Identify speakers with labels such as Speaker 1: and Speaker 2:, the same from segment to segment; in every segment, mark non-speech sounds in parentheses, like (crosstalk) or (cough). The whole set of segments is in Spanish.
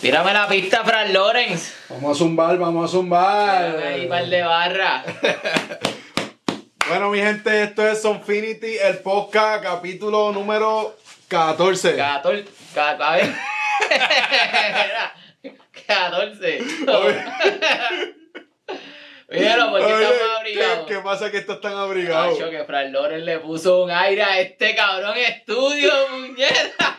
Speaker 1: Tírame la pista, Fran Lawrence.
Speaker 2: Vamos a zumbar, vamos a zumbar.
Speaker 1: Tírame ahí par de barra.
Speaker 2: Bueno, mi gente, esto es Sonfinity, el podcast, capítulo número 14.
Speaker 1: 14. ca- A ver. (laughs) Mira, 14.
Speaker 2: Oye.
Speaker 1: Míralo, porque
Speaker 2: Oye,
Speaker 1: estamos
Speaker 2: ¿qué-
Speaker 1: abrigados.
Speaker 2: ¿qué, pasa que estos están abrigados?
Speaker 1: Cacho, que Fran Loren le puso un aire a este cabrón estudio, (laughs) muñeca.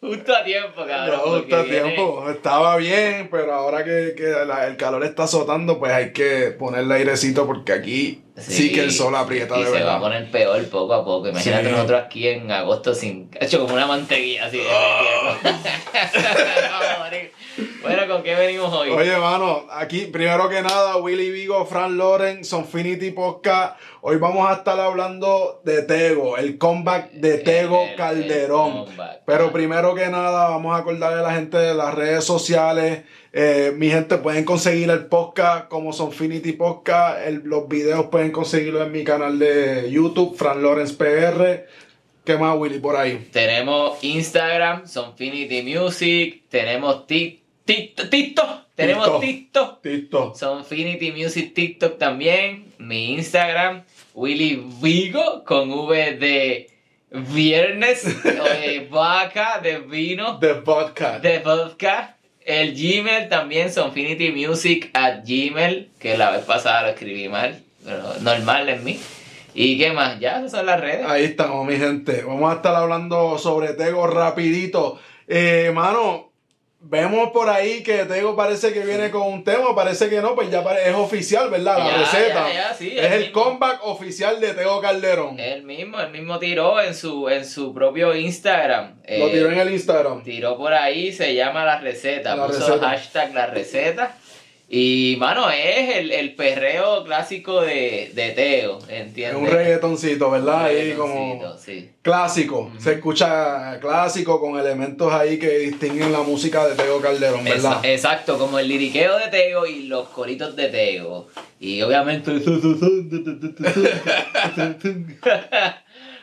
Speaker 1: Justo a tiempo, cabrón.
Speaker 2: No,
Speaker 1: porque
Speaker 2: está
Speaker 1: viene-
Speaker 2: tiempo. Estaba bien, pero ahora que, que la- el calor está azotando, pues hay que ponerle airecito porque aquí sí, que el sol aprieta
Speaker 1: y
Speaker 2: de
Speaker 1: se va a
Speaker 2: verdad.
Speaker 1: poner peor poco a poco. Imagínate
Speaker 2: Sí.
Speaker 1: nosotros aquí en agosto sin. Hecho como una mantequilla así. de-
Speaker 2: Ah.
Speaker 1: Vamos, marico. (laughs) bueno, ¿con qué venimos hoy?
Speaker 2: Oye, mano, aquí primero que nada, Willy Vigo, Fran Loren, Sonfinity Podcast. Hoy vamos a estar hablando de Tego, el comeback de Tego
Speaker 1: El- el
Speaker 2: Calderón.
Speaker 1: comeback.
Speaker 2: Pero primero que nada, vamos a acordarle a la gente de las redes sociales. Eh, mi gente, pueden conseguir el podcast como Sonfinity Podcast. El- los videos pueden conseguirlo en mi canal de YouTube, Fran Lawrence PR. ¿Qué más, Willy, por ahí?
Speaker 1: Tenemos Instagram, Sonfinity Music, tenemos Tik- Tik- TikTok, tenemos
Speaker 2: TikTok.
Speaker 1: TikTok,
Speaker 2: Listo.
Speaker 1: Sonfinity Music TikTok también, mi Instagram, Willy Vigo con V de
Speaker 2: (laughs)
Speaker 1: viernes, o de vaca, de vino,
Speaker 2: The podcast.
Speaker 1: de vodka. El Gmail también, Sonfinity Music at Gmail, que la vez pasada lo escribí mal, pero normal en mí. ¿Y qué más? Ya, esas son las redes.
Speaker 2: Ahí estamos, mi gente. Vamos a estar hablando sobre Tego rapidito. Eh, mano, vemos por ahí que Tego parece que viene con un tema, parece que no, pues ya pare- es oficial, ¿verdad? La
Speaker 1: Ya,
Speaker 2: receta.
Speaker 1: ya, ya, sí,
Speaker 2: es
Speaker 1: el
Speaker 2: el
Speaker 1: mismo. Eh,
Speaker 2: comeback oficial de Tego Calderón.
Speaker 1: Él mismo, él mismo tiró en su, en su propio Instagram.
Speaker 2: Lo
Speaker 1: Eh,
Speaker 2: tiró en el Instagram.
Speaker 1: tiró por ahí, se llama La Receta.
Speaker 2: La
Speaker 1: puso
Speaker 2: Receta.
Speaker 1: hashtag La Receta. Y, mano, es el, el perreo clásico de, de Teo,
Speaker 2: Es
Speaker 1: ¿entiendes?
Speaker 2: un reggaetoncito, ¿verdad? Ahí
Speaker 1: Reggaetoncito,
Speaker 2: como
Speaker 1: sí.
Speaker 2: clásico. Se escucha clásico con elementos ahí que distinguen la música de Tego Calderón, ¿verdad?
Speaker 1: Esa- exacto, como el liriqueo de Teo y los coritos de Teo. Y obviamente. (laughs) tu, tu, tu, tu, tu, tu, tu, tu, tu.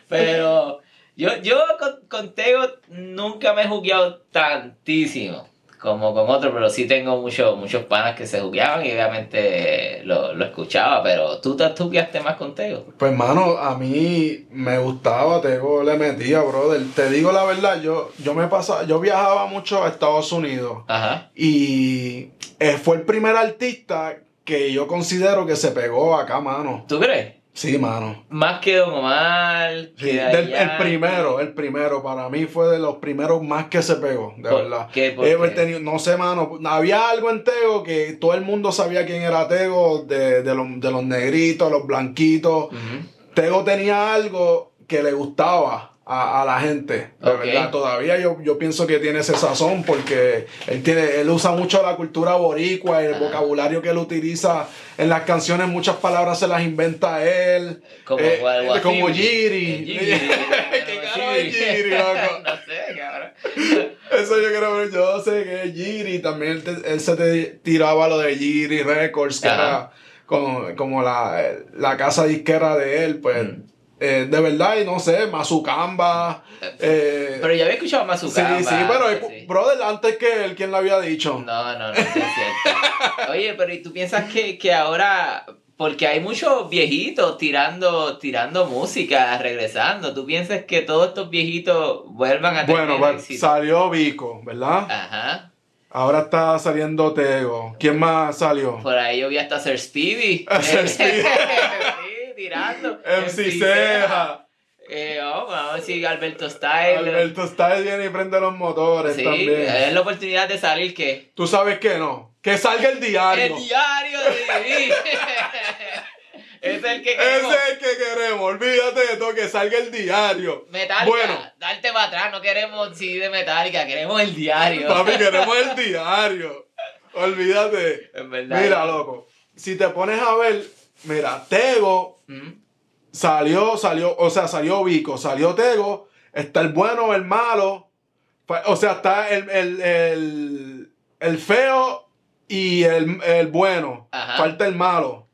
Speaker 1: Pero yo, yo con, con Teo nunca me he jugueado tantísimo como con otro, pero sí tengo muchos muchos panas que se jugueaban y obviamente lo, lo escuchaba. Pero tú te jugueaste más con Teo.
Speaker 2: Pues, mano, a mí me gustaba, te digo, le metía, brother. Te digo la verdad, yo, yo me pasaba, yo viajaba mucho a Estados Unidos
Speaker 1: Ajá.
Speaker 2: y eh, fue el primer artista que yo considero que se pegó acá, mano.
Speaker 1: ¿Tú crees?
Speaker 2: Sí, mano.
Speaker 1: Más que Don Omar.
Speaker 2: Sí,
Speaker 1: que
Speaker 2: del- el
Speaker 1: Daddy
Speaker 2: primero, el primero, para mí fue de los primeros más que se pegó, de
Speaker 1: ¿Por
Speaker 2: verdad.
Speaker 1: qué? ¿Por
Speaker 2: Eh, pues,
Speaker 1: qué?
Speaker 2: tenía- no sé, mano, había algo en Tego que todo el mundo sabía quién era Tego, de, de los, de los negritos, los blanquitos.
Speaker 1: Ujú.
Speaker 2: Tego tenía algo que le gustaba a, a la gente, de
Speaker 1: Ok.
Speaker 2: verdad. Todavía yo, yo pienso que tiene ese sazón porque él, tiene, él usa mucho la cultura boricua, el
Speaker 1: Ajá.
Speaker 2: vocabulario que él utiliza en las canciones, muchas palabras se las inventa él.
Speaker 1: Como eh,
Speaker 2: Eh,
Speaker 1: Gual-
Speaker 2: eh,
Speaker 1: Guasiri.
Speaker 2: como
Speaker 1: El
Speaker 2: Giri.
Speaker 1: Giri.
Speaker 2: (laughs) ¿Qué carajo es Giri, loco?
Speaker 1: (laughs) no sé, cabrón.
Speaker 2: Eso yo quiero ver, yo sé que es Giri, también él, te- él se te tiraba lo de Giri Records, que
Speaker 1: Ajá.
Speaker 2: era como, como la, la casa disquera de él, pues,
Speaker 1: Mm.
Speaker 2: eh, de verdad, y no sé, Mazucamba, eh,
Speaker 1: Pero ya había escuchado más
Speaker 2: sí, sí, pero, eh, brother, antes que él, ¿quién lo había dicho?
Speaker 1: No, no, no sí es cierto. Oye, pero ¿y tú piensas que, que ahora... Porque hay muchos viejitos tirando, tirando música, regresando. ¿Tú piensas que todos estos viejitos vuelvan a tener
Speaker 2: bueno, pues,
Speaker 1: éxito?
Speaker 2: salió Vico, ¿verdad?
Speaker 1: Ajá.
Speaker 2: Ahora está saliendo Tego, ¿quién más salió?
Speaker 1: Por ahí yo vi hasta Sir
Speaker 2: (laughs)
Speaker 1: Speedy.
Speaker 2: Sir
Speaker 1: (laughs)
Speaker 2: Speedy.
Speaker 1: sí,
Speaker 2: (laughs)
Speaker 1: tirando.
Speaker 2: MC Ceja.
Speaker 1: Eh, oh, vamos a decir Alberto Style.
Speaker 2: Alberto Style viene y prende los motores
Speaker 1: Pues Sí, eh.
Speaker 2: también.
Speaker 1: es la oportunidad de salir que
Speaker 2: ¿Tú sabes qué no? Que salga el
Speaker 1: el
Speaker 2: diario.
Speaker 1: diario de
Speaker 2: (laughs)
Speaker 1: vivir. es el que queremos.
Speaker 2: Ese es el que queremos. Olvídate de todo, que salga el diario.
Speaker 1: Metallica,
Speaker 2: Bueno,
Speaker 1: darte para atrás, no queremos sí de Metallica, queremos el diario.
Speaker 2: papi, queremos el diario. Olvídate.
Speaker 1: En verdad.
Speaker 2: Mira, loco. Si te pones a ver, mira, Tego
Speaker 1: Mm,
Speaker 2: salió, salió, o sea, salió Vico, salió Tego, está el bueno, el malo, fa- o sea, está el, el, el, el feo y el, el bueno.
Speaker 1: Ajá.
Speaker 2: Falta el malo.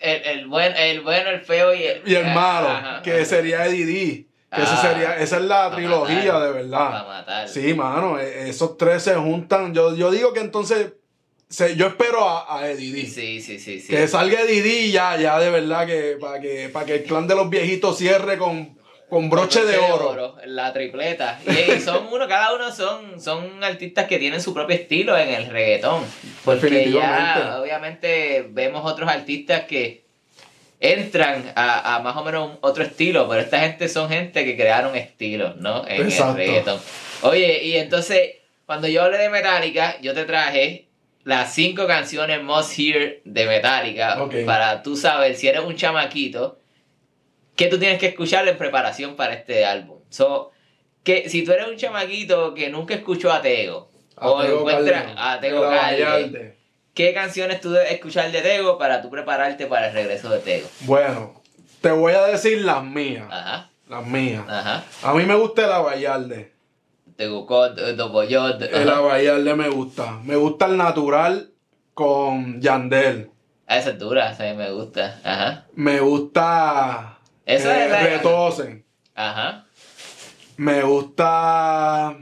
Speaker 1: El, el buen- el bueno, el feo y el,
Speaker 2: y el malo,
Speaker 1: Ah, Ajá,
Speaker 2: que
Speaker 1: ajá.
Speaker 2: sería Eddie D. Que esa
Speaker 1: Ah,
Speaker 2: sería, esa es la
Speaker 1: pa'
Speaker 2: trilogía,
Speaker 1: matar,
Speaker 2: de
Speaker 1: Para
Speaker 2: verdad.
Speaker 1: matar.
Speaker 2: Sí, mano, e- esos tres se juntan. Yo, yo digo que entonces, se- yo espero a, a Eddie D.
Speaker 1: sí, sí, sí. sí.
Speaker 2: Que salga Eddie D ya, ya de verdad, que para que, pa' que el clan de los viejitos cierre con, con broche de oro.
Speaker 1: La tripleta. Y,
Speaker 2: (laughs)
Speaker 1: y son uno, cada uno son, son artistas que tienen su propio estilo en el reggaetón. Porque
Speaker 2: Definitivamente.
Speaker 1: ya, obviamente, vemos otros artistas que entran a, a más o menos un- otro estilo, pero esta gente son gente que crearon estilos, ¿no? En
Speaker 2: Exacto.
Speaker 1: el reggaetón. Oye, y entonces, cuando yo hablé de Metallica, yo te traje las cinco canciones Must Hear de Metallica
Speaker 2: Ok.
Speaker 1: para tú saber si eres un chamaquito que tú tienes que escuchar en preparación para este álbum. So, que si tú eres un chamaquito que nunca escuchó a Tego o
Speaker 2: Tego
Speaker 1: encuentras
Speaker 2: Calde,
Speaker 1: a Tego
Speaker 2: de la
Speaker 1: Calde,
Speaker 2: Vallarde.
Speaker 1: ¿qué canciones tú debes escuchar de Tego para tú prepararte para el regreso de Tego?
Speaker 2: Bueno, te voy a decir las mías.
Speaker 1: Ajá,
Speaker 2: Las mías.
Speaker 1: ajá.
Speaker 2: A mí me gusta el abayarde.
Speaker 1: Tego Cod, Doboyot.
Speaker 2: El abayarde me gusta. Me gusta el natural con Yandel.
Speaker 1: Ah, Esa es dura, esa a mí me gusta. Ajá,
Speaker 2: Me gusta.
Speaker 1: Esa
Speaker 2: eh,
Speaker 1: es la-
Speaker 2: Retosen.
Speaker 1: ajá.
Speaker 2: Me gusta.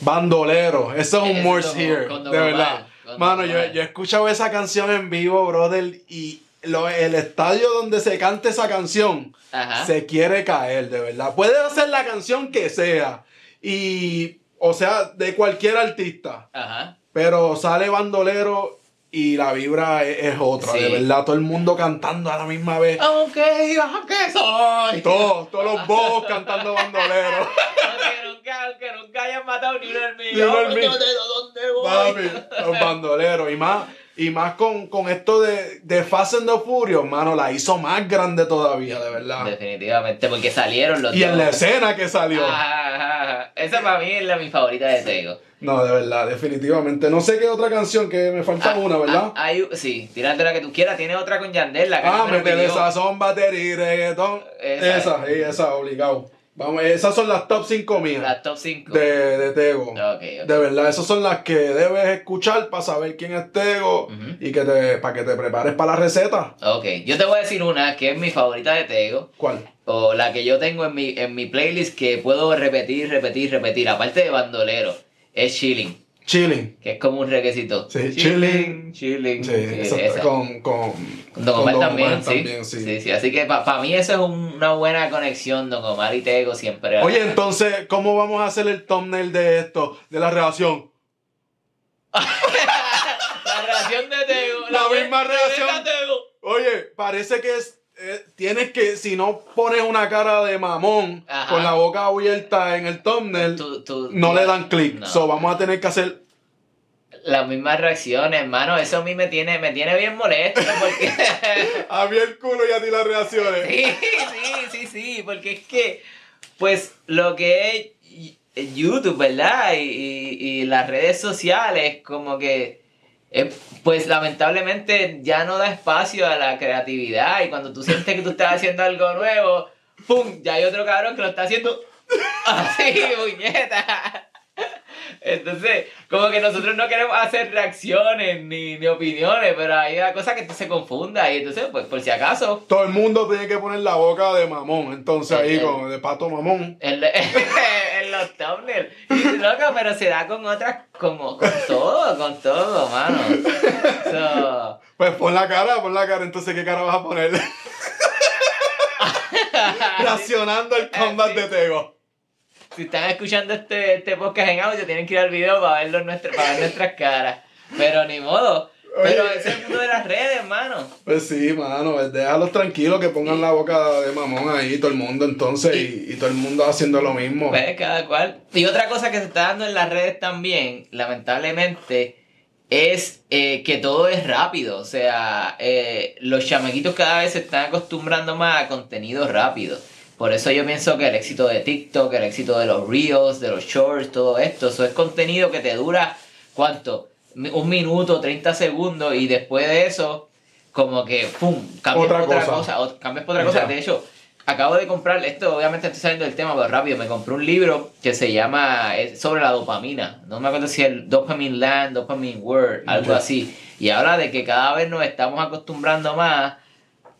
Speaker 2: Bandolero. Eso es un
Speaker 1: Ese
Speaker 2: Morse
Speaker 1: como-
Speaker 2: Here.
Speaker 1: cuando
Speaker 2: de
Speaker 1: mamá-
Speaker 2: verdad.
Speaker 1: cuando
Speaker 2: Mano,
Speaker 1: mamá.
Speaker 2: yo, yo he escuchado esa canción en vivo, brother. Y lo- el estadio donde se canta esa canción.
Speaker 1: Ajá.
Speaker 2: se quiere caer, de verdad. Puede hacer la canción que sea. Y, o sea, de cualquier artista.
Speaker 1: Ajá.
Speaker 2: Pero sale bandolero y la vibra es, es otra,
Speaker 1: Sí.
Speaker 2: de verdad. Todo el mundo cantando a la misma vez.
Speaker 1: Aunque digas que soy.
Speaker 2: Todos, todos los bobos cantando bandolero.
Speaker 1: (laughs) Aunque nunca, aunque nunca hayan matado ni un
Speaker 2: Ni
Speaker 1: hermillo.
Speaker 2: un
Speaker 1: ¿Dónde,
Speaker 2: hormiguero.
Speaker 1: dónde voy?
Speaker 2: Papi, los bandoleros. Y más, y más con, con esto de, de Fast and the Furious, mano, la hizo más grande todavía, de verdad.
Speaker 1: Definitivamente, porque salieron los
Speaker 2: Y
Speaker 1: dos.
Speaker 2: en la escena que salió.
Speaker 1: Ajá, ajá, ajá. Esa para mí es la mi favorita de Tego.
Speaker 2: No, de verdad, definitivamente. No sé qué otra canción, que me falta
Speaker 1: Ah,
Speaker 2: una, ¿verdad?
Speaker 1: ah, hay- sí, tírate la que tú quieras. Tiene otra con Yandel, la que no
Speaker 2: Ah,
Speaker 1: te lo
Speaker 2: métele
Speaker 1: pidió.
Speaker 2: sazón, batería y reggaetón.
Speaker 1: Esa.
Speaker 2: Esa, sí, esa, obligado. Vamos, esas son las top 5 mías
Speaker 1: Las top 5.
Speaker 2: de, de Tego.
Speaker 1: Ok, ok.
Speaker 2: De verdad, esas son las que debes escuchar para saber quién es Tego
Speaker 1: Ujú.
Speaker 2: y que te, para que te prepares para la receta.
Speaker 1: Ok, yo te voy a decir una que es mi favorita de Tego.
Speaker 2: ¿Cuál?
Speaker 1: O la que yo tengo en mi, en mi playlist que puedo repetir, repetir, repetir. Aparte de bandolero, es chilling.
Speaker 2: Chilling.
Speaker 1: Que es como un requisito.
Speaker 2: Sí, Chilling.
Speaker 1: Chilling.
Speaker 2: Sí,
Speaker 1: Sí,
Speaker 2: esa,
Speaker 1: esa.
Speaker 2: Con, con,
Speaker 1: Don Omar
Speaker 2: con Don
Speaker 1: también,
Speaker 2: Omar
Speaker 1: sí. sí. sí, Así que para mí eso es un- una buena conexión, Don Omar y Tego siempre.
Speaker 2: Oye, entonces, ¿cómo vamos a hacer el thumbnail de esto? De la reacción.
Speaker 1: la reacción de Tego.
Speaker 2: La misma
Speaker 1: de- de
Speaker 2: reacción.
Speaker 1: Tego.
Speaker 2: Oye, parece que es, eh, tienes que, si no pones una cara de mamón
Speaker 1: Ajá.
Speaker 2: con la boca abierta en el thumbnail,
Speaker 1: Tú- tú-
Speaker 2: no le dan clic.
Speaker 1: No.
Speaker 2: So, vamos a tener que hacer.
Speaker 1: Las mismas reacciones, hermano. Eso a mí me tiene, me tiene bien molesto
Speaker 2: (laughs)
Speaker 1: porque.
Speaker 2: A mí el culo y a ti las reacciones.
Speaker 1: (laughs) Sí, sí, sí, sí, porque es que, pues, lo que es y- YouTube, ¿verdad? Y, y- y las redes sociales, como que, eh, pues, lamentablemente ya no da espacio a la creatividad y cuando tú sientes que tú estás haciendo algo nuevo, ¡pum! Ya hay otro cabrón que lo está haciendo (laughs) así, puñeta. Entonces, como que nosotros no queremos hacer reacciones ni, ni opiniones, pero hay una cosa que se confunda y entonces, pues, por si acaso,
Speaker 2: Todo el mundo tiene que poner la boca de mamón. Entonces ahí
Speaker 1: Eh, eh.
Speaker 2: con de pato mamón.
Speaker 1: (laughs) En, lo- en los thumbnails. Y loco, pero se da con otras, como con todo, con todo, mano. So,
Speaker 2: Pues pon la cara, pon la cara. Entonces, ¿qué cara vas a poner?
Speaker 1: Ah,
Speaker 2: (laughs) Reaccionando el combat de Tego.
Speaker 1: (laughs) si están escuchando este, este podcast en audio, tienen que ir al video para, verlo nuestro, para ver nuestras caras. Pero ni modo. Pero
Speaker 2: Oye.
Speaker 1: ese es el mundo de las redes, mano.
Speaker 2: Pues sí, mano, pues déjalos tranquilos que pongan la boca de mamón ahí, todo el mundo entonces, y, y todo el mundo haciendo lo mismo.
Speaker 1: Pues, cada cual. Y otra cosa que se está dando en las redes también, lamentablemente, es eh, que todo es rápido. O sea, eh, los chamaquitos cada vez se están acostumbrando más a contenido rápido. Por eso yo pienso que el éxito de TikTok, el éxito de los Reels, de los Shorts, todo esto, eso es contenido que te dura, ¿cuánto? Mi- Un minuto, 30 segundos, y después de eso, como que, ¡pum! Cambias
Speaker 2: Otra
Speaker 1: por otra
Speaker 2: cosa.
Speaker 1: cosa, o- cambias por otra cosa.
Speaker 2: Ya.
Speaker 1: De hecho, acabo de comprar, esto obviamente estoy saliendo del tema, pero rápido, me compré un libro que se llama es sobre la dopamina. No me acuerdo si es el Dopamine Land, Dopamine World, algo
Speaker 2: Ya.
Speaker 1: así. Y habla de que cada vez nos estamos acostumbrando más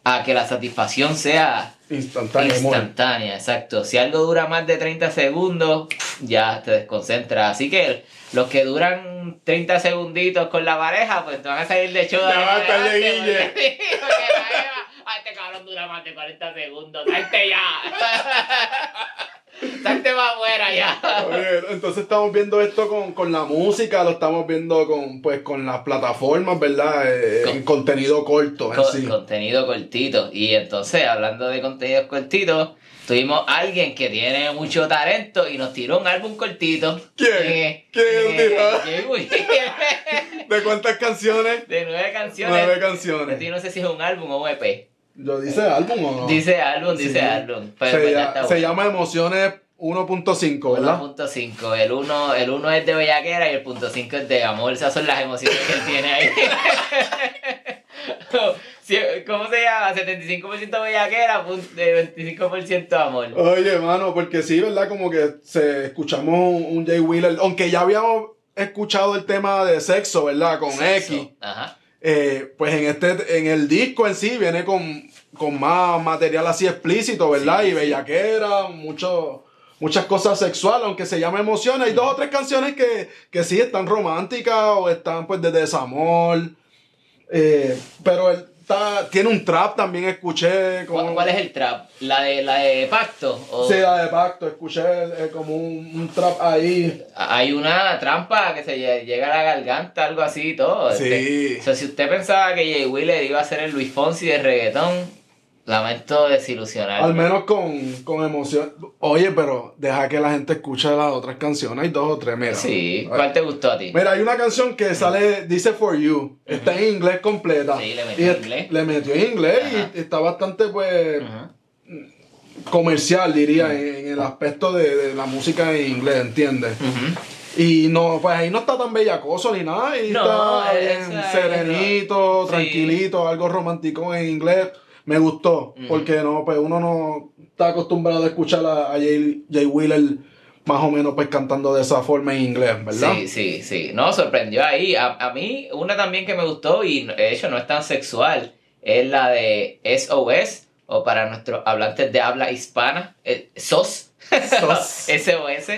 Speaker 1: a que la satisfacción sea
Speaker 2: Instantáneo, amor.
Speaker 1: instantánea, exacto. Si algo dura más de 30 segundos, ya te desconcentra. Así que los que duran 30 segunditos con la pareja, pues te van a salir de choda.
Speaker 2: Te van a estar de
Speaker 1: adelante,
Speaker 2: guille.
Speaker 1: porque- (laughs) porque la jeva, "Ah, este cabrón dura más de 40 segundos, salte ya. (laughs) Salte para afuera ya.
Speaker 2: Oye, Entonces estamos viendo esto con, con la música, lo estamos viendo con pues con las plataformas, ¿verdad? Eh,
Speaker 1: Con-
Speaker 2: en contenido corto en
Speaker 1: Con-
Speaker 2: Pues sí.
Speaker 1: Contenido cortito. Y entonces, hablando de contenidos cortitos, tuvimos alguien que tiene mucho talento y nos tiró un álbum cortito.
Speaker 2: ¿Quién?
Speaker 1: Eh,
Speaker 2: ¿Quién lo
Speaker 1: eh, (laughs) Jay Will.
Speaker 2: ¿De cuántas canciones?
Speaker 1: De nueve canciones.
Speaker 2: Nueve
Speaker 1: Este, Yo
Speaker 2: canciones.
Speaker 1: no sé si es un álbum o un EP.
Speaker 2: Yo dice álbum o no.
Speaker 1: Dice álbum, dice
Speaker 2: Sí.
Speaker 1: álbum. Pero
Speaker 2: se,
Speaker 1: pues ya
Speaker 2: lla-
Speaker 1: está
Speaker 2: se llama Emociones 1.5, ¿verdad?
Speaker 1: 1.5, el 1 el uno es de bellaquera y el punto 5 es de amor, esas son las emociones que él tiene
Speaker 2: (laughs)
Speaker 1: ahí. Sí, ¿Cómo se llama? 75% bellaquera, pun- de 25% amor.
Speaker 2: Oye, mano, porque sí, ¿verdad? Como que se escuchamos un, un Jay Wheeler, aunque ya habíamos escuchado el tema de sexo, ¿verdad? Con X.
Speaker 1: Eso, Ajá.
Speaker 2: Eh, pues en este, en el disco en sí viene con, con más material así explícito, ¿verdad?
Speaker 1: Sí,
Speaker 2: y bellaquera, mucho, muchas cosas sexuales, aunque se llama emociones. Hay dos o tres canciones que, que sí están románticas o están pues de desamor. Eh, pero él está- tiene un trap también, escuché.
Speaker 1: ¿Cuál, cuál es el trap? ¿La de, la de Pacto? ¿O
Speaker 2: Sí, la de pacto, escuché eh, como un, un trap ahí.
Speaker 1: Hay una trampa que se lle- llega a la garganta, algo así y todo. Este,
Speaker 2: Sí.
Speaker 1: O sea, si usted pensaba que Jay Wheeler iba a ser el Luis Fonsi de reggaetón, lamento desilusionarlo.
Speaker 2: Al menos con, con emoción. Oye, pero deja que la gente escuche las otras canciones. Hay dos o tres, mira.
Speaker 1: Sí,
Speaker 2: Ay,
Speaker 1: ¿cuál te gustó a ti?
Speaker 2: Mira, hay una canción que sale, dice For You. Está en inglés completa.
Speaker 1: Sí, le metió
Speaker 2: Y
Speaker 1: en
Speaker 2: es-
Speaker 1: inglés.
Speaker 2: Le metió en inglés
Speaker 1: Ajá.
Speaker 2: y está bastante, pues,
Speaker 1: Ajá.
Speaker 2: comercial, diría, en, en el aspecto de, de la música en inglés, ¿entiendes?
Speaker 1: Ujú.
Speaker 2: Y no, pues ahí no está tan bellacoso ni nada. Y
Speaker 1: No,
Speaker 2: está
Speaker 1: esa
Speaker 2: bien
Speaker 1: es
Speaker 2: serenito,
Speaker 1: otra. Sí.
Speaker 2: tranquilito, algo romántico en inglés. Me gustó,
Speaker 1: Ujú.
Speaker 2: porque no, pues uno no está acostumbrado a escuchar a, a Jay, Jay Wheeler más o menos pues cantando de esa forma en inglés, ¿verdad? (laughs)
Speaker 1: Sí, sí, sí. No, sorprendió ahí. A, a mí, una también que me gustó y de hecho no es tan sexual, es la de SOS, o para nuestros hablantes de habla hispana, eh, SOS, (laughs)
Speaker 2: Sos.
Speaker 1: SOS.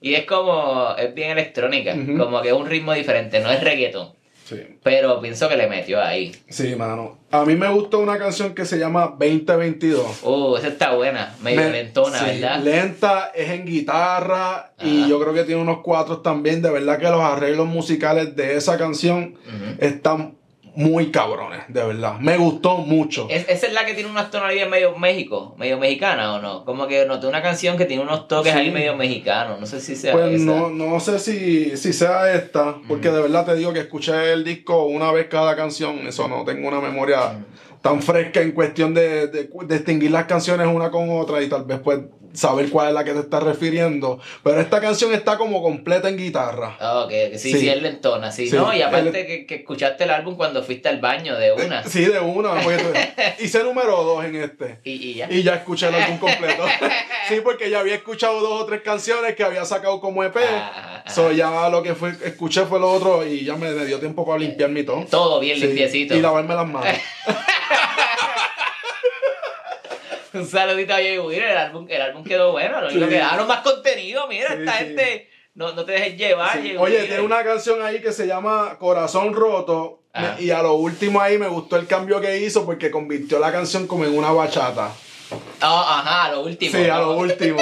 Speaker 1: Y es como, es bien electrónica,
Speaker 2: Ujú.
Speaker 1: como que es un ritmo diferente, no es reggaetón.
Speaker 2: sí.
Speaker 1: Pero pienso que le metió ahí.
Speaker 2: Sí, mano. A mí me gustó una canción que se llama 2022.
Speaker 1: Uh, esa está buena, medio
Speaker 2: Me-
Speaker 1: lentona,
Speaker 2: sí,
Speaker 1: ¿verdad?
Speaker 2: Lenta, es en guitarra
Speaker 1: Ajá.
Speaker 2: y yo creo que tiene unos cuatros también. De verdad que los arreglos musicales de esa canción
Speaker 1: Ujú.
Speaker 2: están muy cabrones, de verdad. Me gustó mucho.
Speaker 1: ¿Es- ¿Esa es la que tiene unas tonalidades medio México, medio mexicana o no? Como que noté una canción que tiene unos toques
Speaker 2: Sí.
Speaker 1: ahí medio mexicanos, no sé si sea
Speaker 2: Pues
Speaker 1: esa.
Speaker 2: no, no sé si, si sea esta, porque de verdad te digo que escuché el disco una vez cada canción, eso no tengo una memoria tan fresca en cuestión de, de cu- distinguir las canciones una con otra y tal vez pues saber cuál es la que te estás refiriendo. Pero esta canción está como completa en guitarra.
Speaker 1: Ah, ok, que sí,
Speaker 2: Sí.
Speaker 1: sí, es lentona, sí.
Speaker 2: Sí,
Speaker 1: No, y aparte
Speaker 2: el-
Speaker 1: que, que escuchaste el álbum cuando fuiste al baño de
Speaker 2: (laughs)
Speaker 1: una.
Speaker 2: Sí, de una. porque tú- hice número dos en este.
Speaker 1: Y, y ya.
Speaker 2: Y ya escuché el
Speaker 1: (laughs)
Speaker 2: álbum completo. sí, porque ya había escuchado dos o tres canciones que había sacado como EP.
Speaker 1: Ah, ah, ah.
Speaker 2: So, ya lo que fue, escuché fue lo otro y ya me dio tiempo para limpiarme y todo.
Speaker 1: Todo bien
Speaker 2: Sí,
Speaker 1: limpiecito.
Speaker 2: Y lavarme
Speaker 1: (laughs)
Speaker 2: las manos.
Speaker 1: Un saludito a Jay Wheeler, el álbum, el álbum quedó bueno, lo único
Speaker 2: Sí.
Speaker 1: que daron más contenido, mira,
Speaker 2: Sí,
Speaker 1: esta
Speaker 2: sí.
Speaker 1: gente, no, no te dejes llevar,
Speaker 2: Sí.
Speaker 1: Jay
Speaker 2: Oye,
Speaker 1: Wheeler.
Speaker 2: tiene una canción ahí que se llama Corazón Roto.
Speaker 1: Ajá.
Speaker 2: me- y a lo último ahí me gustó el cambio que hizo porque convirtió la canción como en una bachata.
Speaker 1: Ah, ajá, a lo último.
Speaker 2: Sí, a
Speaker 1: ¿no?
Speaker 2: lo último.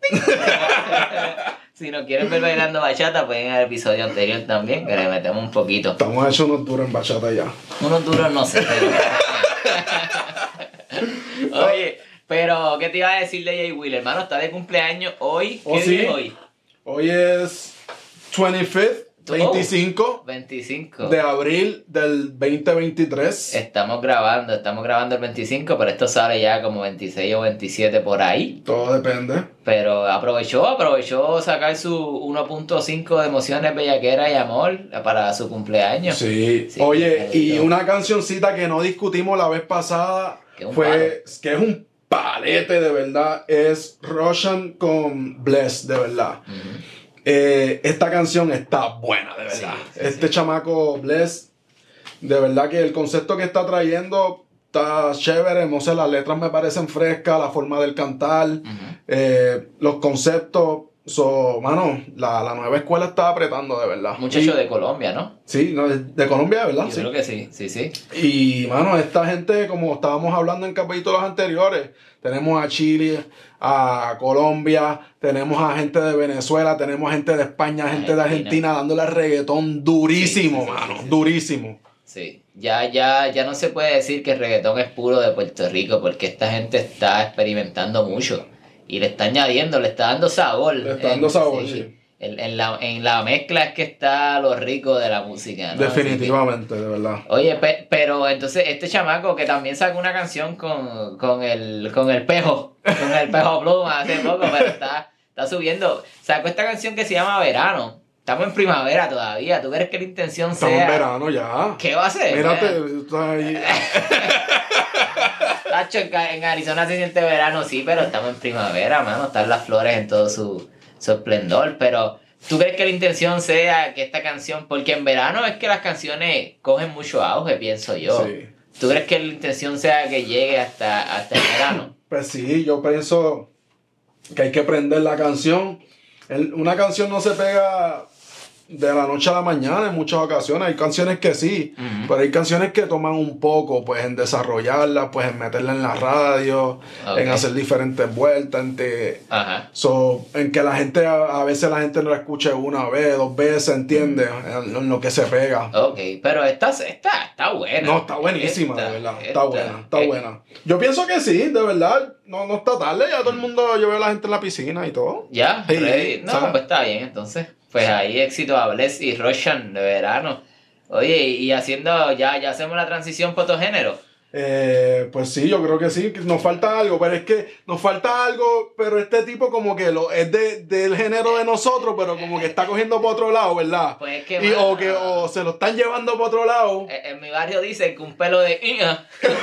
Speaker 1: (laughs) Si no quieren ver bailando bachata, pueden ir al episodio anterior también, que le metemos un poquito.
Speaker 2: Estamos hechos unos duros en bachata ya.
Speaker 1: Unos duros no sé. pero- (laughs) Oye, pero ¿qué te iba a decir de Jay Will? Hermano, está de cumpleaños hoy. ¿Qué
Speaker 2: Oh,
Speaker 1: día
Speaker 2: sí.
Speaker 1: es hoy?
Speaker 2: Hoy es 25th,
Speaker 1: Oh.
Speaker 2: 25
Speaker 1: 25.
Speaker 2: de abril del 2023.
Speaker 1: Estamos grabando, estamos grabando el 25, pero esto sale ya como 26 o 27 por ahí.
Speaker 2: Todo depende.
Speaker 1: Pero aprovechó, aprovechó sacar su 1.5 de emociones bellaquera y amor para su cumpleaños.
Speaker 2: Sí.
Speaker 1: Sí,
Speaker 2: Oye,
Speaker 1: sí,
Speaker 2: y
Speaker 1: sí.
Speaker 2: una cancioncita que no discutimos la vez pasada
Speaker 1: Que es un
Speaker 2: fue que es un palete de verdad. Es Russian con Bless, de verdad.
Speaker 1: Ujú.
Speaker 2: Eh, esta canción está buena, de verdad.
Speaker 1: Sí, sí,
Speaker 2: este chamaco Bless De verdad que el concepto que está trayendo está chévere, no sé, las letras me parecen frescas, la forma del cantar,
Speaker 1: Ujú.
Speaker 2: eh, los conceptos. So, mano, la, la nueva escuela está apretando de verdad.
Speaker 1: Muchacho
Speaker 2: Y-
Speaker 1: de Colombia, ¿no?
Speaker 2: Sí, no, de de Colombia, ¿verdad?
Speaker 1: Yo
Speaker 2: Sí.
Speaker 1: creo que sí, sí, sí.
Speaker 2: Y, mano, esta gente, como estábamos hablando en capítulos anteriores, tenemos a Chile, a Colombia, tenemos a gente de Venezuela, tenemos gente de España, gente de
Speaker 1: Argentina.
Speaker 2: Argentina dándole al reggaetón durísimo,
Speaker 1: Sí, sí, sí,
Speaker 2: mano,
Speaker 1: sí, sí.
Speaker 2: durísimo.
Speaker 1: Sí, ya, ya, ya no se puede decir que el reggaetón es puro de Puerto Rico porque esta gente está experimentando mucho y le está añadiendo, le está dando sabor.
Speaker 2: Le está dando sabor, sí.
Speaker 1: En, en la, en la mezcla es que está lo rico de la música. ¿no?
Speaker 2: Definitivamente, de verdad.
Speaker 1: Así que- oye, pe- pero entonces este chamaco que también sacó una canción con, con, el, con el pejo, con el pejo pluma hace poco, pero está, está subiendo. Sacó esta canción que se llama Verano. Estamos en primavera todavía. ¿Tú crees que la intención
Speaker 2: Estamos
Speaker 1: sea...
Speaker 2: en verano ya.
Speaker 1: ¿Qué va a hacer?
Speaker 2: Mírate, está ahí.
Speaker 1: Tacho, en, Ca- en Arizona se siente verano, sí, pero estamos en primavera, mano. Están las flores en todo su, su esplendor. Pero, ¿tú crees que la intención sea que esta canción, porque en verano es que las canciones cogen mucho auge, pienso yo.
Speaker 2: Sí.
Speaker 1: ¿Tú crees que la intención sea que llegue hasta, hasta el verano?
Speaker 2: Pues sí, yo pienso que hay que aprender la canción. El- una canción no se pega de la noche a la mañana en muchas ocasiones. Hay canciones que sí,
Speaker 1: Ujú.
Speaker 2: pero hay canciones que toman un poco, pues en desarrollarla, pues en meterla en la radio,
Speaker 1: Ok.
Speaker 2: en hacer diferentes vueltas, en, te-
Speaker 1: Ajá.
Speaker 2: so, en que la gente, a, a veces la gente no la escuche una vez, dos veces, ¿entiendes? En, en lo que se pega.
Speaker 1: Ok, pero esta, esta está buena.
Speaker 2: No, está buenísima,
Speaker 1: Esta,
Speaker 2: de verdad. Está
Speaker 1: esta.
Speaker 2: buena, está
Speaker 1: Eh,
Speaker 2: buena. Yo pienso que sí, de verdad. No, no está tarde, ya todo el mundo, yo veo a la gente en la piscina y todo.
Speaker 1: Ya,
Speaker 2: Sí,
Speaker 1: ready. No,
Speaker 2: ¿sabes?
Speaker 1: pues está bien, entonces. Pues ahí éxito a Bless y Roshan de verano. Oye, y haciendo, ya, ya hacemos la transición por otro género.
Speaker 2: Eh, pues sí, yo creo que sí, que nos falta algo, pero es que nos falta algo, pero este tipo como que lo, es de- del género de nosotros, pero como que está cogiendo por otro lado, ¿verdad?
Speaker 1: Pues es que.
Speaker 2: Y,
Speaker 1: mano,
Speaker 2: o que Eh, o se lo están llevando por otro lado.
Speaker 1: En, Eh, en mi barrio dicen que un pelo de. (laughs)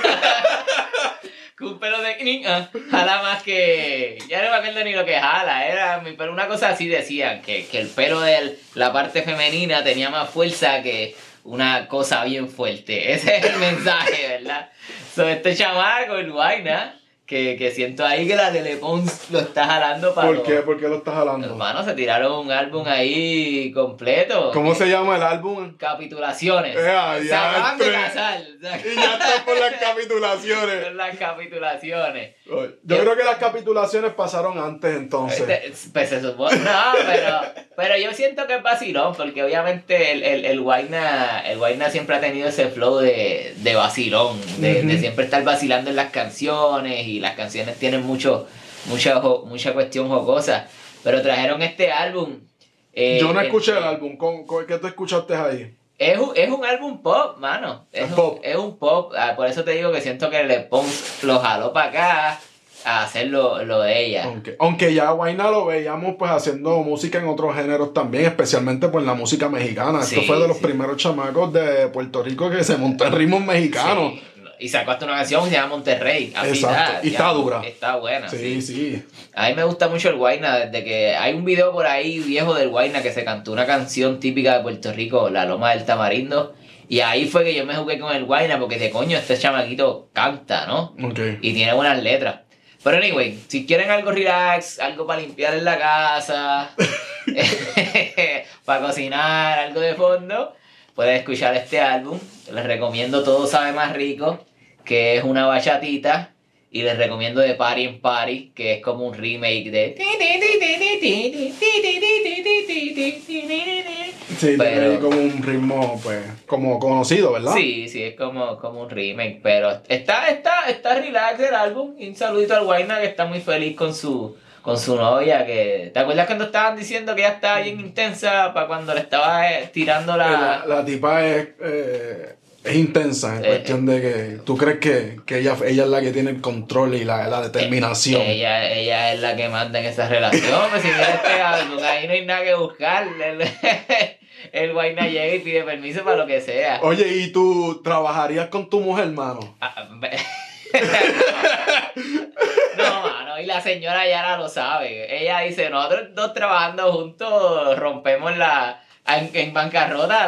Speaker 1: que un pelo de. jala más que. Ya no me acuerdo ni lo que jala. Era mi pelo. Una cosa así decían, que, que el pelo de la parte femenina tenía más fuerza que una cosa bien fuerte. (laughs) Ese es el mensaje, ¿verdad? Sobre este chamaco, el guayna, que, que siento ahí que la Lele Pons lo está jalando para.
Speaker 2: ¿Por
Speaker 1: los-
Speaker 2: qué? ¿Por qué lo estás hablando?
Speaker 1: Hermano, se tiraron un álbum ahí completo.
Speaker 2: ¿Cómo se llama el álbum?
Speaker 1: Capitulaciones.
Speaker 2: Eh,
Speaker 1: se acaban de
Speaker 2: adiantre.
Speaker 1: casar.
Speaker 2: (laughs) (laughs) Y ya está por las capitulaciones.
Speaker 1: Son las capitulaciones.
Speaker 2: Yo creo que las capitulaciones pasaron antes entonces.
Speaker 1: Este, Pues se supone. (laughs) No, pero, pero yo siento que es vacilón, porque obviamente el, el, el Guayna el Guayna siempre ha tenido ese flow de, de vacilón, de,
Speaker 2: Ujú.
Speaker 1: de siempre estar vacilando en las canciones, y las canciones tienen mucho, mucha, jo- mucha cuestión jocosa. Pero trajeron este álbum. eh,
Speaker 2: Yo no
Speaker 1: en-
Speaker 2: escuché el álbum. ¿Con, con- qué tú escuchaste ahí?
Speaker 1: Es un, es un álbum pop, mano. Es,
Speaker 2: Es
Speaker 1: un,
Speaker 2: pop.
Speaker 1: Es un pop. Ah, por eso te digo que siento que Le Pons lo jaló para acá a hacer lo, lo de ella.
Speaker 2: Aunque, aunque ya a Guayna lo veíamos pues haciendo música en otros géneros también, especialmente pues en la música mexicana.
Speaker 1: Sí,
Speaker 2: Esto fue de los
Speaker 1: sí.
Speaker 2: primeros chamacos de Puerto Rico que se montó en ritmos mexicanos.
Speaker 1: Sí. Y sacó hasta una canción que se llama Monterrey. Así
Speaker 2: Exacto.
Speaker 1: da,
Speaker 2: Y está
Speaker 1: ya,
Speaker 2: dura.
Speaker 1: Está buena. Sí.
Speaker 2: Sí, sí.
Speaker 1: A mí me gusta mucho el Guayna. Desde que hay un video por ahí viejo del Guayna que se cantó una canción típica de Puerto Rico, La Loma del Tamarindo. Y ahí fue que yo me jugué con el Guayna porque de coño este chamaquito canta, ¿no?
Speaker 2: Ok.
Speaker 1: y tiene buenas letras. Pero anyway, si quieren algo relax, algo para limpiar en la casa, para cocinar, algo de fondo, pueden escuchar este álbum. Les recomiendo Todo Sabe Más Rico, que es una bachatita. Y les recomiendo de Party in Party, que es como un remake de...
Speaker 2: Sí,
Speaker 1: Pero-
Speaker 2: tiene ahí como un ritmo pues como conocido, ¿verdad? Eh,
Speaker 1: Sí, sí, es como, como un remake, pero está, está, está relax el álbum. Y un saludito al Guayna que está muy feliz con su, con su novia, que. ¿Te acuerdas cuando estaban diciendo que ella estaba bien intensa para cuando le estaba eh, tirando
Speaker 2: Eh, La,
Speaker 1: la.
Speaker 2: la tipa es, eh, es intensa en
Speaker 1: Eh,
Speaker 2: cuestión de que tú crees que, que ella, ella es la que tiene el control y la, la determinación.
Speaker 1: Eh, Ella, ella es la que manda en esa relación, pues si mira este álbum, ahí no hay nada que buscar. El, (laughs) el Guayna llega y pide permiso para lo que sea.
Speaker 2: Oye, ¿y tú trabajarías con tu mujer, hermano?
Speaker 1: Ah, (laughs) ve- No, mano, y la señora Yara lo sabe. Ella dice, nosotros dos trabajando juntos rompemos la, en, en bancarrota la,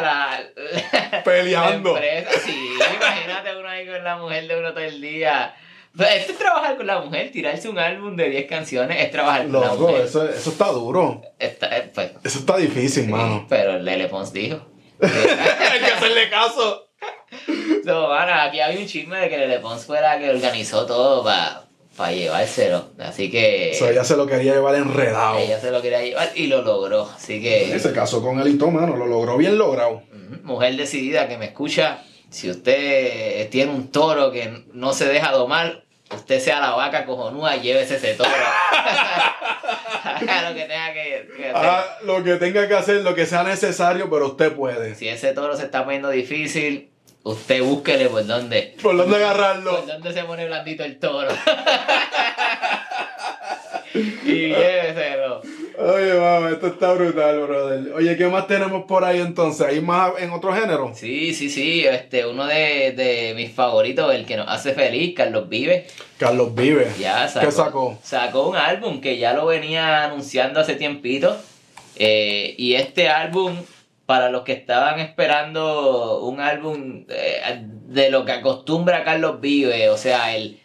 Speaker 1: la-
Speaker 2: Peleando.
Speaker 1: la empresa. Sí, imagínate uno ahí con la mujer de uno todo el día. Pero Esto es trabajar con la mujer, tirarse un álbum de 10 canciones es trabajar con la
Speaker 2: Loco,
Speaker 1: mujer.
Speaker 2: eso, eso está duro.
Speaker 1: Está- eh, pues,
Speaker 2: Eso está difícil, mano.
Speaker 1: pero Lele Pons dijo.
Speaker 2: (laughs) Hay que hacerle caso.
Speaker 1: No, mano, aquí había un chisme de que Lele Pons fue la que organizó todo para llevárselo. Así que
Speaker 2: O sea, ella se lo quería llevar enredado.
Speaker 1: ella se lo quería llevar y lo logró. Así que,
Speaker 2: Se casó con él y todo, mano. Lo logró bien logrado.
Speaker 1: ujú, mujer decidida que me escucha, si usted eh, tiene un toro que no se deja domar, usted sea la vaca cojonuda, llévese ese toro. Haga lo que tenga que, que hacer.
Speaker 2: Haga Ah, lo que tenga que hacer, lo que sea necesario, pero usted puede.
Speaker 1: Si ese toro se está poniendo difícil, usted búsquele por dónde.
Speaker 2: ¿Por dónde agarrarlo?
Speaker 1: ¿Por dónde se pone blandito el toro? (laughs) y lléveselo.
Speaker 2: Oye, vamos, esto está brutal, brother. Oye, ¿qué más tenemos por ahí entonces? ¿Hay más en otro género?
Speaker 1: Sí, sí, sí, este, uno de, de mis favoritos, el que nos hace feliz, Carlos Vive,
Speaker 2: Carlos Vive.
Speaker 1: ya sacó,
Speaker 2: Pues, ¿Qué sacó?
Speaker 1: sacó un álbum que ya lo venía anunciando hace tiempito, eh, y este álbum, para los que estaban esperando un álbum eh, de lo que acostumbra Carlos Vive, o sea, el,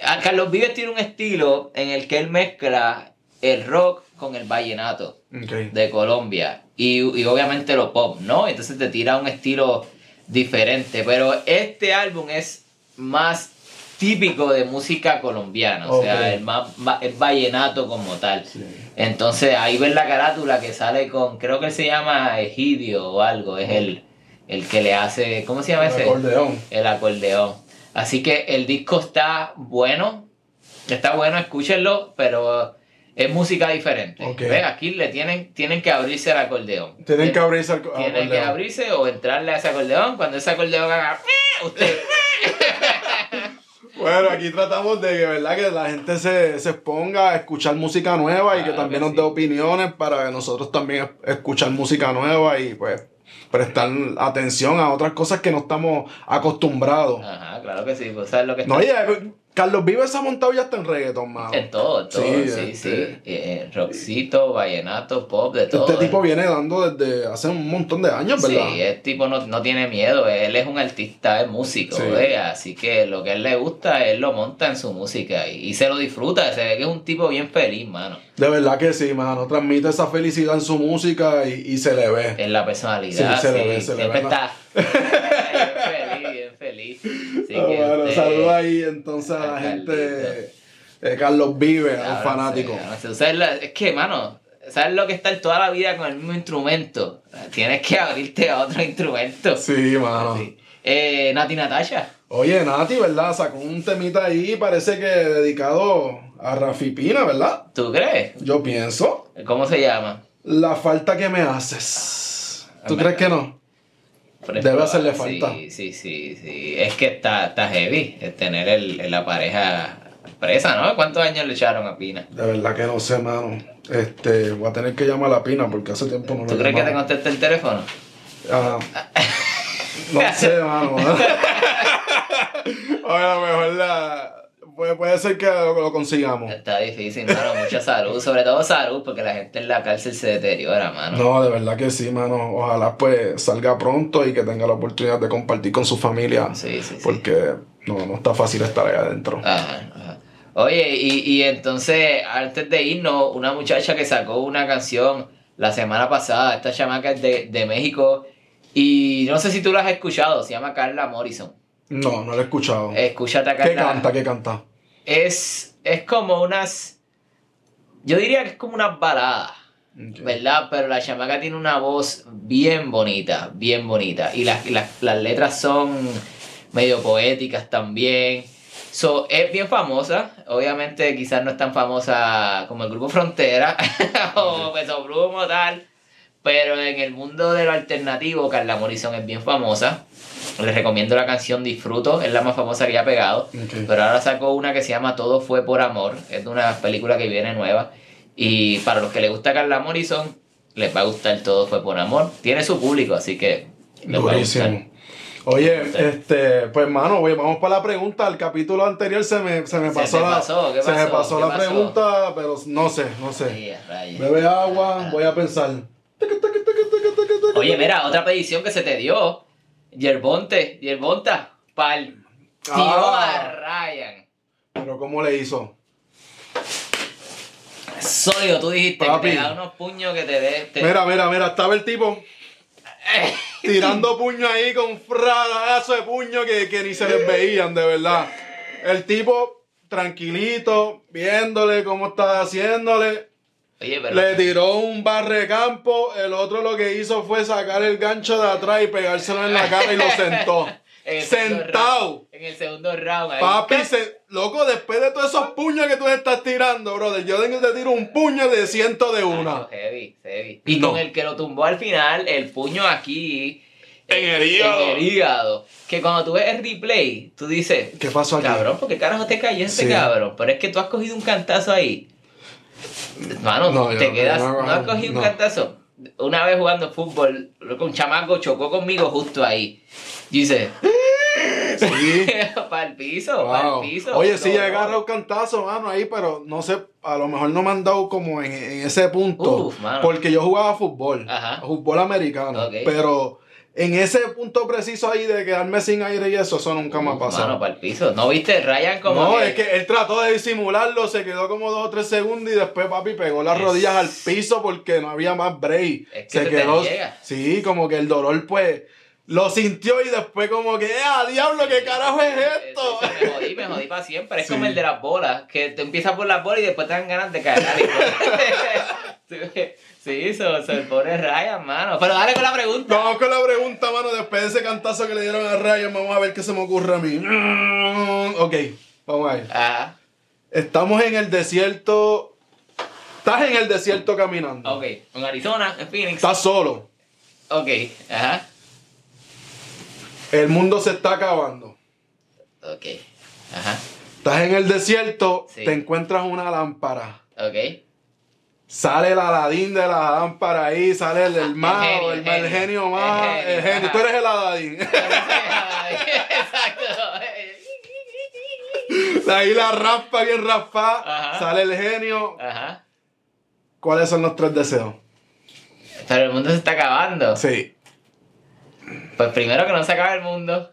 Speaker 1: a- Carlos Vive tiene un estilo en el que él mezcla el rock con el vallenato
Speaker 2: Ok.
Speaker 1: de Colombia y, y obviamente lo pop, ¿no? Entonces te tira un estilo diferente, pero este álbum es más típico de música colombiana, o
Speaker 2: Ok.
Speaker 1: sea, el más va- el vallenato como tal. Entonces ahí ves la carátula que sale con, creo que se llama Egidio o algo, es el, el que le hace, ¿cómo se llama
Speaker 2: El
Speaker 1: ese?
Speaker 2: acordeón.
Speaker 1: el acordeón. Así que el disco está bueno, está bueno, escúchenlo, pero es música diferente.
Speaker 2: Ok.
Speaker 1: ¿Ves? Aquí le tienen, tienen que abrirse el acordeón.
Speaker 2: Tienen que abrirse al
Speaker 1: Tienen
Speaker 2: acordeón.
Speaker 1: que abrirse o entrarle a ese acordeón. Cuando ese acordeón haga... ¡ah! Usted...
Speaker 2: Bueno, aquí tratamos de que, ¿verdad? que la gente se, se exponga a escuchar música nueva y que
Speaker 1: Claro
Speaker 2: también
Speaker 1: que
Speaker 2: nos
Speaker 1: sí.
Speaker 2: dé opiniones para que nosotros también es- escuchar música nueva y pues prestar atención a otras cosas que no estamos acostumbrados.
Speaker 1: Ajá, claro que sí, pues sabes lo que está...
Speaker 2: No, oye, Carlos Vives se ha montado ya hasta en reggaetón, mano.
Speaker 1: En todo, en todo,
Speaker 2: Sí,
Speaker 1: sí, sí.
Speaker 2: este-
Speaker 1: Eh, rockcito, vallenato, pop, de todo.
Speaker 2: Este tipo viene dando desde hace un montón de años, ¿verdad?
Speaker 1: Sí, eh. el tipo no, no tiene miedo, él es un artista, es músico,
Speaker 2: Sí.
Speaker 1: ¿eh? así que lo que a él le gusta, él lo monta en su música y, y se lo disfruta, se ve que es un tipo bien feliz, mano,
Speaker 2: De verdad que sí, mano. Transmite esa felicidad en su música y, y se le ve.
Speaker 1: en la personalidad,
Speaker 2: Sí, se le
Speaker 1: sí,
Speaker 2: ve, se le
Speaker 1: siempre
Speaker 2: ve
Speaker 1: está (laughs) bien feliz, bien feliz. Así
Speaker 2: Ah,
Speaker 1: que este,
Speaker 2: bueno,
Speaker 1: usted-
Speaker 2: saluda ahí entonces a la
Speaker 1: Al
Speaker 2: gente
Speaker 1: Carlito.
Speaker 2: de Carlos Vives,
Speaker 1: Ahora
Speaker 2: al
Speaker 1: sí,
Speaker 2: fanático.
Speaker 1: ahora sí. Usted la- es que, mano, ¿sabes lo que es estar toda la vida con el mismo instrumento? Tienes que abrirte a otro instrumento.
Speaker 2: Sí, mano.
Speaker 1: Así. Eh, Nati Natasha.
Speaker 2: Oye, Nati, ¿verdad? Sacó un temita ahí, parece que dedicado a Rafi Pina, ¿verdad?
Speaker 1: ¿Tú crees?
Speaker 2: Yo pienso.
Speaker 1: ¿Cómo se llama?
Speaker 2: La falta que me haces. ¿Tú
Speaker 1: me-
Speaker 2: crees que no?
Speaker 1: Pero es
Speaker 2: Debe
Speaker 1: probable,
Speaker 2: hacerle falta.
Speaker 1: Sí, sí, sí, sí. Es que está, está heavy el tener el, la pareja presa, ¿no? ¿Cuántos años le echaron a Pina?
Speaker 2: De verdad que no sé, mano. Este, voy a tener que llamar a Pina porque hace tiempo no lo
Speaker 1: ¿Tú crees que te
Speaker 2: llamaba.
Speaker 1: conteste el teléfono?
Speaker 2: Ah,
Speaker 1: (laughs)
Speaker 2: no sé, mano. (laughs) Ahora, mejor la. Puede, puede ser que lo, lo consigamos.
Speaker 1: Está difícil, mano. Mucha salud, sobre todo salud, porque la gente en la cárcel se deteriora, mano.
Speaker 2: No, de verdad que sí, mano. Ojalá pues salga pronto y que tenga la oportunidad de compartir con su familia.
Speaker 1: Sí, sí, sí.
Speaker 2: Porque no, no está fácil estar ahí adentro.
Speaker 1: Ajá, ajá. Oye, y, y entonces, antes de irnos, una muchacha que sacó una canción la semana pasada, esta chamaca es de, de México, y no sé si tú la has escuchado, se llama Carla Morrison.
Speaker 2: No, no lo he escuchado.
Speaker 1: Eh, Escúchate a Carla.
Speaker 2: ¿Qué canta? ¿Qué canta?
Speaker 1: Es, es como unas. Yo diría que es como unas baladas, ¿verdad? Pero la chamaca tiene una voz bien bonita, bien bonita. Y las, las, las letras son medio poéticas también. So, es bien famosa, obviamente quizás no es tan famosa como el grupo Frontera (laughs) o Peso Brumo tal, pero en el mundo de lo alternativo Carla Morrison es bien famosa. Les recomiendo la canción Disfruto, es la más famosa que ha pegado.
Speaker 2: Ok.
Speaker 1: Pero ahora sacó una que se llama Todo fue por amor. Es de una película que viene nueva. Y para los que les gusta Carla Morrison, les va a gustar Todo fue por amor. Tiene su público, así que les va a gustar.
Speaker 2: Durísimo. Oye, este, pues mano, oye, vamos para la pregunta. El capítulo anterior se me, se me
Speaker 1: Se
Speaker 2: pasó
Speaker 1: te
Speaker 2: la,
Speaker 1: pasó, ¿qué
Speaker 2: se me
Speaker 1: pasó?
Speaker 2: pasó
Speaker 1: ¿Qué
Speaker 2: la
Speaker 1: pasó?
Speaker 2: pregunta, pero no sé, no sé.
Speaker 1: Sí, a rayos.
Speaker 2: Bebe agua, voy a pensar.
Speaker 1: Oye, mira, otra petición que se te dio. Yerbonte, Yerbonta, pal. Tiró
Speaker 2: Ah.
Speaker 1: a Ryan.
Speaker 2: Pero ¿cómo le hizo?
Speaker 1: Sólido, tú dijiste
Speaker 2: Papi.
Speaker 1: que te da unos puños que te dé. te-
Speaker 2: Mira, mira, mira, estaba
Speaker 1: (laughs)
Speaker 2: el tipo tirando puño ahí con fragazo de puño que, que ni se les veían, de verdad. El tipo tranquilito, viéndole cómo está haciéndole.
Speaker 1: Oye, pero.
Speaker 2: Le tiró un barrecampo, el otro lo que hizo fue sacar el gancho de atrás y pegárselo en la cara
Speaker 1: (laughs)
Speaker 2: y lo sentó.
Speaker 1: en el segundo
Speaker 2: Sentado.
Speaker 1: round- En el segundo round. ahí.
Speaker 2: Papi, se- loco, después de todos esos puños que tú le estás tirando, brother, yo tengo- te tiro un puño de ciento de una.
Speaker 1: Macho, heavy, heavy. Y
Speaker 2: No.
Speaker 1: con el que lo tumbó al final, el puño aquí.
Speaker 2: En
Speaker 1: eh,
Speaker 2: el hígado.
Speaker 1: En el hígado. Que cuando tú ves el replay, tú dices.
Speaker 2: ¿Qué pasó aquí?
Speaker 1: Cabrón, ¿por qué carajo te cayó este
Speaker 2: Sí.
Speaker 1: cabrón? Pero es que tú has cogido un cantazo ahí. Mano,
Speaker 2: No, yo
Speaker 1: te
Speaker 2: no,
Speaker 1: quedas.
Speaker 2: yo no,
Speaker 1: No, has cogido
Speaker 2: no.
Speaker 1: un cantazo. Una vez jugando fútbol, loco, un chamaco chocó conmigo justo ahí. Dice, (laughs)
Speaker 2: Sí.
Speaker 1: para el piso, para
Speaker 2: Wow.
Speaker 1: el piso.
Speaker 2: Oye, sí,
Speaker 1: No,
Speaker 2: he
Speaker 1: no.
Speaker 2: agarrado cantazo, mano, ahí, pero no sé, a lo mejor no me han dado como en, en ese punto.
Speaker 1: Uf, mano.
Speaker 2: porque yo jugaba fútbol,
Speaker 1: Ajá.
Speaker 2: fútbol americano.
Speaker 1: Ok.
Speaker 2: Pero en ese punto preciso ahí de quedarme sin aire y eso, eso nunca me ha
Speaker 1: Uh,
Speaker 2: pasado.
Speaker 1: Mano, para el piso. ¿No viste Ryan como.?
Speaker 2: no, es que él trató de disimularlo, se quedó como dos o tres segundos y después papi pegó las
Speaker 1: Es-
Speaker 2: rodillas al piso porque no había más break.
Speaker 1: Es que
Speaker 2: se
Speaker 1: se te
Speaker 2: quedó.
Speaker 1: niega.
Speaker 2: Sí, como que el dolor, pues, lo sintió y después como que, ¡ah, diablo, qué carajo es esto!
Speaker 1: Eso, Me jodí, me jodí para siempre. Es
Speaker 2: Sí.
Speaker 1: como el de las bolas, que te empiezas por las bolas y después te dan ganas de caer. (laughs) sí, so, so, el pobre Ryan, mano. Pero dale con la pregunta.
Speaker 2: Vamos con la pregunta, mano. Después de ese cantazo que le dieron a Ryan, vamos a ver qué se me ocurre a mí. Mm, Ok, vamos a ver.
Speaker 1: Ah,
Speaker 2: Estamos en el desierto. Estás en el desierto caminando.
Speaker 1: ok. En Arizona, en Phoenix.
Speaker 2: Estás solo.
Speaker 1: Ok, ajá.
Speaker 2: El mundo se está acabando.
Speaker 1: Ok, ajá.
Speaker 2: Estás en el desierto,
Speaker 1: Sí.
Speaker 2: te encuentras una lámpara.
Speaker 1: Ok. (laughs)
Speaker 2: Sale el Aladín de la lámpara ahí, sale el, el mago,
Speaker 1: genio,
Speaker 2: el,
Speaker 1: el
Speaker 2: el
Speaker 1: genio.
Speaker 2: genio más,
Speaker 1: El genio,
Speaker 2: el genio.
Speaker 1: ajá.
Speaker 2: Tú eres el Aladín. (laughs)
Speaker 1: Exacto.
Speaker 2: ahí la raspa bien raspa,
Speaker 1: Ajá.
Speaker 2: sale el genio.
Speaker 1: Ajá.
Speaker 2: ¿Cuáles son los tres deseos?
Speaker 1: Pero el mundo se está acabando.
Speaker 2: Sí.
Speaker 1: Pues primero que no se acabe el mundo.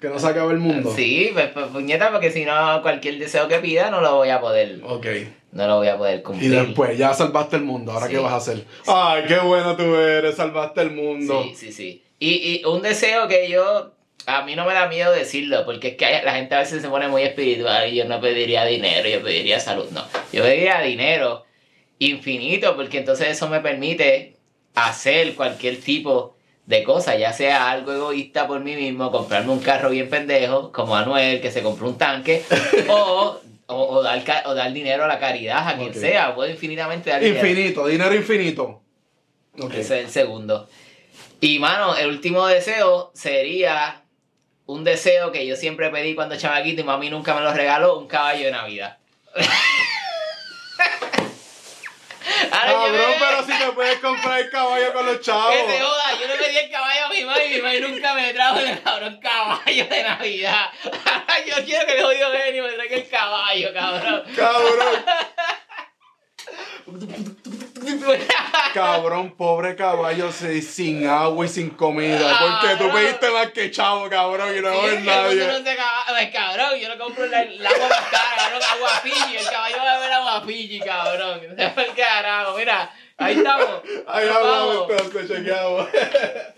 Speaker 2: Que no se acabe el mundo.
Speaker 1: Sí, pues, pues, puñeta, porque si no, cualquier deseo que pida no lo voy a poder,
Speaker 2: Ok.
Speaker 1: no lo voy a poder
Speaker 2: Y
Speaker 1: cumplir.
Speaker 2: después, ya salvaste el mundo. ¿Ahora
Speaker 1: Sí.
Speaker 2: qué vas a hacer? Ay, qué bueno tú eres. Salvaste el mundo.
Speaker 1: Sí, sí, sí. Y, y un deseo que yo, a mí no me da miedo decirlo, porque es que hay- la gente a veces se pone muy espiritual y yo no pediría dinero, yo pediría salud, no. Yo pediría dinero infinito, porque entonces eso me permite hacer cualquier tipo de cosa, ya sea algo egoísta por mí mismo, comprarme un carro bien pendejo, como Anuel, que se compró un
Speaker 2: (laughs)
Speaker 1: tanque, o, o, o dar, ca- o dar dinero a la caridad, a quien
Speaker 2: Ok.
Speaker 1: sea, puedo infinitamente dar dinero.
Speaker 2: Infinito, dinero infinito. Ok.
Speaker 1: Ese es el segundo. Y mano, el último deseo sería un deseo que yo siempre pedí cuando chavaquito y mami nunca me lo regaló, un caballo de Navidad. (laughs) Ahora yo
Speaker 2: Cabrón,
Speaker 1: me-
Speaker 2: pero si te puedes comprar el caballo con los chavos.
Speaker 1: que te joda, yo le pedí el caballo a mi mamá y mi mamá nunca me trajo el cabrón caballo de Navidad. (laughs) Ahora yo quiero que el jodido genio me traiga el caballo, cabrón. (laughs)
Speaker 2: Cabrón, cabrón, pobre caballo sí, sin agua y sin comida. Porque tú
Speaker 1: Cabrón.
Speaker 2: pediste más que chavo, cabrón, y no
Speaker 1: Sí,
Speaker 2: es
Speaker 1: el
Speaker 2: nadie.
Speaker 1: cabrón se caba- Ay, cabrón, yo no compro la- el, agua más cara, yo no agua Fiji, el caballo va a beber agua Fiji, cabrón. No sé por qué carajo, mira, ahí estamos.
Speaker 2: Ahí
Speaker 1: Nos
Speaker 2: hablamos
Speaker 1: vamos.
Speaker 2: entonces, chequeamos.